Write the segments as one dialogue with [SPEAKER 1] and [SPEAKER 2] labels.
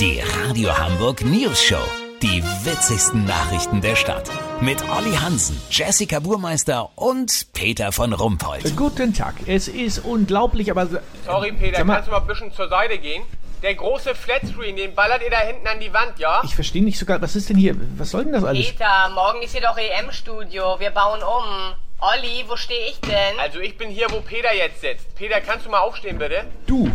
[SPEAKER 1] Die Radio Hamburg News Show. Die witzigsten Nachrichten der Stadt. Mit Olli Hansen, Jessica Burmeister und Peter von Rumpold.
[SPEAKER 2] Guten Tag. Es ist unglaublich, aber. äh,
[SPEAKER 3] Sorry, Peter,
[SPEAKER 2] Sag mal-
[SPEAKER 3] kannst du mal ein bisschen zur Seite gehen? Der große Flatscreen, den ballert ihr da hinten an die Wand, ja?
[SPEAKER 2] Ich verstehe nicht sogar, was ist denn hier? Was soll denn das alles?
[SPEAKER 4] Peter, morgen ist hier doch EM-Studio. Wir bauen um. Olli, wo stehe ich denn?
[SPEAKER 3] Also ich bin hier, wo Peter jetzt sitzt. Peter, kannst du mal aufstehen, bitte?
[SPEAKER 2] Du,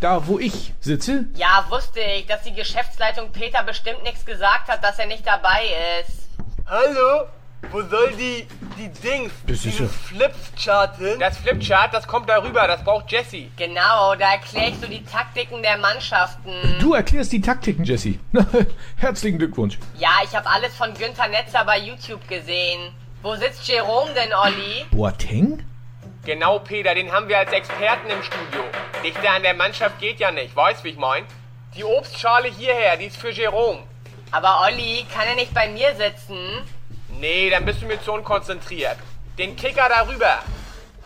[SPEAKER 2] da wo ich sitze?
[SPEAKER 4] Ja, wusste ich, dass die Geschäftsleitung Peter bestimmt nichts gesagt hat, dass er nicht dabei ist.
[SPEAKER 3] Hallo? Wo soll die, die Dings,
[SPEAKER 2] Das ist diese ja-
[SPEAKER 3] Flipchart hin? Das Flipchart, das kommt da rüber, das braucht Jesse.
[SPEAKER 4] Genau, da erkläre ich so die Taktiken der Mannschaften.
[SPEAKER 2] Du erklärst die Taktiken, Jesse. Herzlichen Glückwunsch.
[SPEAKER 4] Ja, ich habe alles von Günther Netzer bei YouTube gesehen. Wo sitzt Jerome denn, Olli?
[SPEAKER 2] Boateng?
[SPEAKER 3] Genau, Peter, den haben wir als Experten im Studio. Dichter an der Mannschaft geht ja nicht, weißt wie ich mein? Die Obstschale hierher, die ist für Jerome.
[SPEAKER 4] Aber Olli, kann er nicht bei mir sitzen?
[SPEAKER 3] Nee, dann bist du mir zu unkonzentriert. Den Kicker darüber.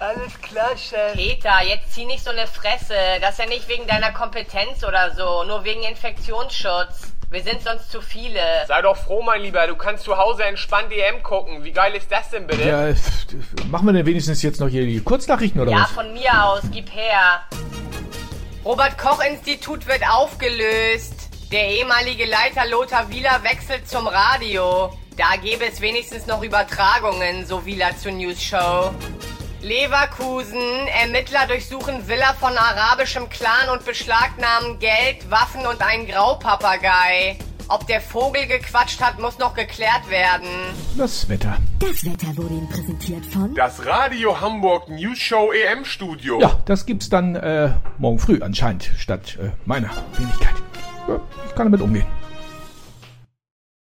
[SPEAKER 3] Alles klar, Chef.
[SPEAKER 4] Peter, jetzt zieh nicht so eine Fresse. Das ist ja nicht wegen deiner Kompetenz oder so, nur wegen Infektionsschutz. Wir sind sonst zu viele.
[SPEAKER 3] Sei doch froh, mein Lieber, du kannst zu Hause entspannt EM gucken. Wie geil ist das denn bitte?
[SPEAKER 2] Ja, pf, machen wir denn wenigstens jetzt noch hier die Kurznachrichten oder
[SPEAKER 4] Ja,
[SPEAKER 2] was?
[SPEAKER 4] von mir aus, gib her. Robert-Koch-Institut wird aufgelöst. Der ehemalige Leiter Lothar Wieler wechselt zum Radio. Da gäbe es wenigstens noch Übertragungen, so Wieler zur News Show. Leverkusen, Ermittler durchsuchen Villa von arabischem Clan und beschlagnahmen Geld, Waffen und einen Graupapagei. Ob der Vogel gequatscht hat, muss noch geklärt werden.
[SPEAKER 2] Das Wetter.
[SPEAKER 5] Das Wetter wurde Ihnen präsentiert von
[SPEAKER 6] Das Radio Hamburg News Show EM Studio.
[SPEAKER 2] Ja, das gibt's dann äh, morgen früh anscheinend, statt äh, meiner Wenigkeit. Ja, ich kann damit umgehen.